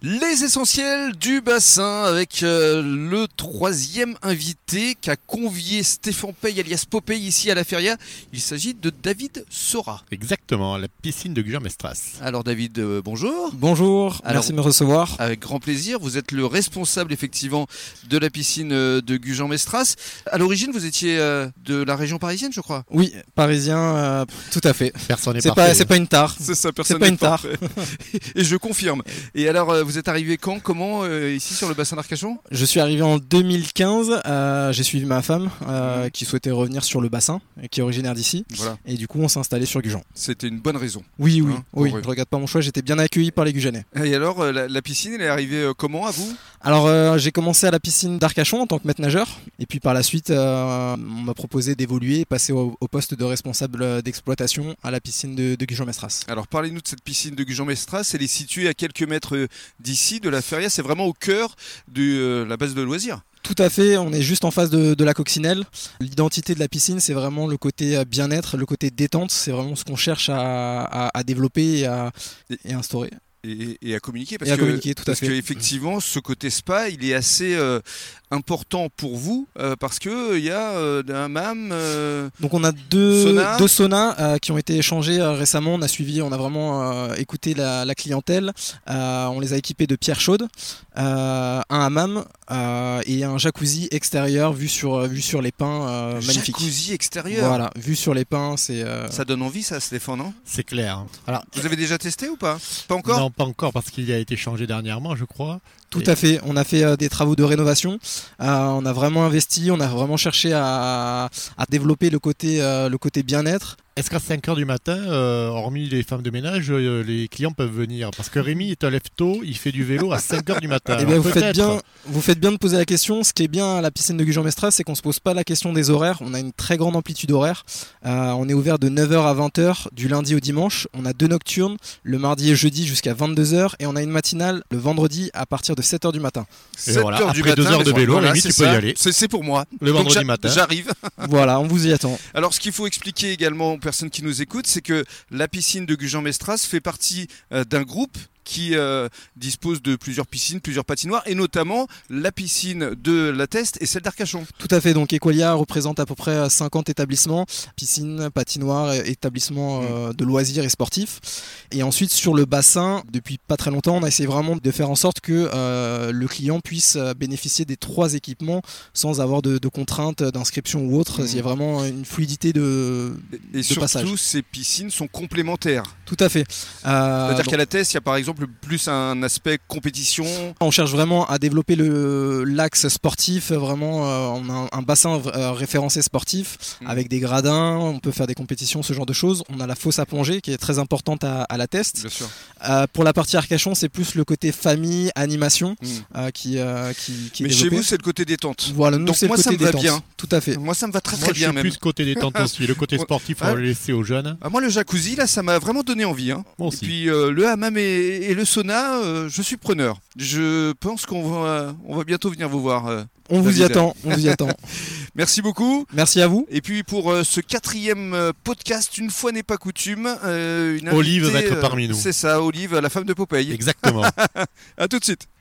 Les essentiels du bassin avec euh, le troisième invité qu'a convié Stéphane Pey alias Popeye ici à la Feria. Il s'agit de David Sora. Exactement, à la piscine de Gujan-Mestras. Alors David, euh, bonjour. Bonjour, Alors- euh, merci de me recevoir. Avec grand plaisir, vous êtes le responsable effectivement de la piscine euh, de Gujan-Mestras. À l'origine, vous étiez euh, de la région parisienne, je crois. Oui, parisien, euh, tout à fait. Personne n'est C'est pas, parfait. c'est pas une tare. C'est ça, C'est pas une tare. Et je confirme. Et alors, euh, vous êtes arrivé quand, comment, euh, ici sur le bassin d'Arcachon Je suis arrivé en 2015. euh, j'ai suivi ma femme euh, Mhm. qui souhaitait revenir sur le bassin, et qui est originaire d'ici, Voilà, et du coup on s'est installé sur Gujan. c'était une bonne raison. Oui, oui, Hein, oui. heureux. Je regarde pas mon choix. J'étais bien accueilli par les Gujanais. Et alors, euh, la, la piscine, elle est arrivée euh, comment à vous Alors euh, j'ai commencé à la piscine d'Arcachon en tant que maître nageur, et puis par la suite euh, on m'a proposé d'évoluer, et passer au, au poste de responsable euh, d'exploitation à la piscine de, de Gujan-Mestras. Alors parlez-nous de cette piscine de Gujan-Mestras. Elle est située à quelques mètres euh, d'ici, de la Feria. C'est vraiment au cœur de euh, la base de loisirs. Tout à fait, on est juste en face de, de la coccinelle. L'identité de la piscine, c'est vraiment le côté euh, bien-être, le côté détente, c'est vraiment ce qu'on cherche à, à- à développer et à et à instaurer. Et, et à communiquer parce et à que communiquer, tout à parce que fait. effectivement ce côté spa il est assez euh, important pour vous euh, parce que il y a euh, un MAM euh, Donc on a deux Sauna. deux saunas euh, qui ont été échangés euh, récemment, on a suivi, on a vraiment euh, écouté la, la clientèle, Euh, on les a équipés de pierres chaudes, euh, un hammam euh, et un jacuzzi extérieur vu sur, vu sur les pins, euh, magnifique. jacuzzi extérieur. Voilà, vu sur les pins, c'est... euh, Ça donne envie ça Stéphane non hein. C'est clair. Alors, Vous avez déjà testé ou pas Pas encore non, pas encore parce qu'il a été changé dernièrement, je crois. Tout à fait. On a fait euh, des travaux de rénovation. Euh, on a vraiment investi. On a vraiment cherché à, à développer le côté, euh, le côté bien-être. Est-ce qu'à 5 heures du matin, euh, hormis les femmes de ménage, euh, les clients peuvent venir Parce que Rémi est un lève-tôt, il fait du vélo à 5 heures du matin. Eh Alors, bien, vous faites peut-être. bien, vous faites bien de poser la question. Ce qui est bien à la piscine de Gujan-Mestras, c'est qu'on se pose pas la question des horaires. On a une très grande amplitude horaire. Euh, on est ouvert de 9h à 20h du lundi au dimanche. On a deux nocturnes le mardi et jeudi jusqu'à 22h et on a une matinale le vendredi à partir de 7h du matin. Et 7 voilà, heures du après deux matin, heures de mais vélo, à la voilà, limite, c'est tu peux y ça. aller. C'est c'est pour moi. Le Donc, vendredi j'a- matin. J'arrive. voilà, on vous y attend. Alors, ce qu'il faut expliquer également aux personnes qui nous écoutent, c'est que la piscine de Gujan-Mestras fait partie euh, d'un groupe qui euh, dispose de plusieurs piscines, plusieurs patinoires, et notamment la piscine de la Teste et celle d'Arcachon. Tout à fait, donc Equalia représente à peu près euh, 50 établissements, piscines, patinoires, et- Mm. établissements euh, de loisirs et sportifs. Et ensuite sur le bassin, depuis pas très longtemps, on a essayé vraiment de faire en sorte que euh, le client puisse euh, bénéficier des trois équipements sans avoir de, de contraintes euh, d'inscription ou autre. Mm. Il y a vraiment une fluidité de... Et, et De surtout, passage. ces piscines sont complémentaires. Tout à fait. Euh, C'est-à-dire donc, qu'à la Teste, il y a par exemple plus un aspect compétition. on cherche vraiment à développer le l'axe sportif, vraiment euh, on a un- un bassin euh, référencé sportif Mm. Mmh. avec des gradins, on peut faire des compétitions, ce genre de choses. On a la fosse à plonger qui est très importante à, à la test. Bien sûr. Euh, pour la partie Arcachon, c'est plus le côté famille, animation Mm. euh, qui, euh, qui, qui est Mais chez développé. Mmh. vous, c'est le côté détente. voilà, nous donc c'est le moi, ça côté me va détente. bien. Tout à fait. Moi, ça me va très Moi, très je bien suis même. plus côté détente aussi. Le côté sportif, on Ouais. va le laisser aux jeunes. hein. Ah, moi, le jacuzzi, là, ça m'a vraiment donné envie. hein. Et Moi aussi. puis euh, le hammam et, et le sauna, euh, je suis preneur. Je pense qu'on va, on va bientôt venir vous voir. euh. On vous y David. attend, on vous y attend. Merci beaucoup. Merci à vous. Et puis pour euh, ce quatrième euh, podcast, une fois n'est pas coutume, euh, une Olive invitée, va être euh, parmi nous. C'est ça, Olive, la femme de Popeye. Exactement. À tout de suite.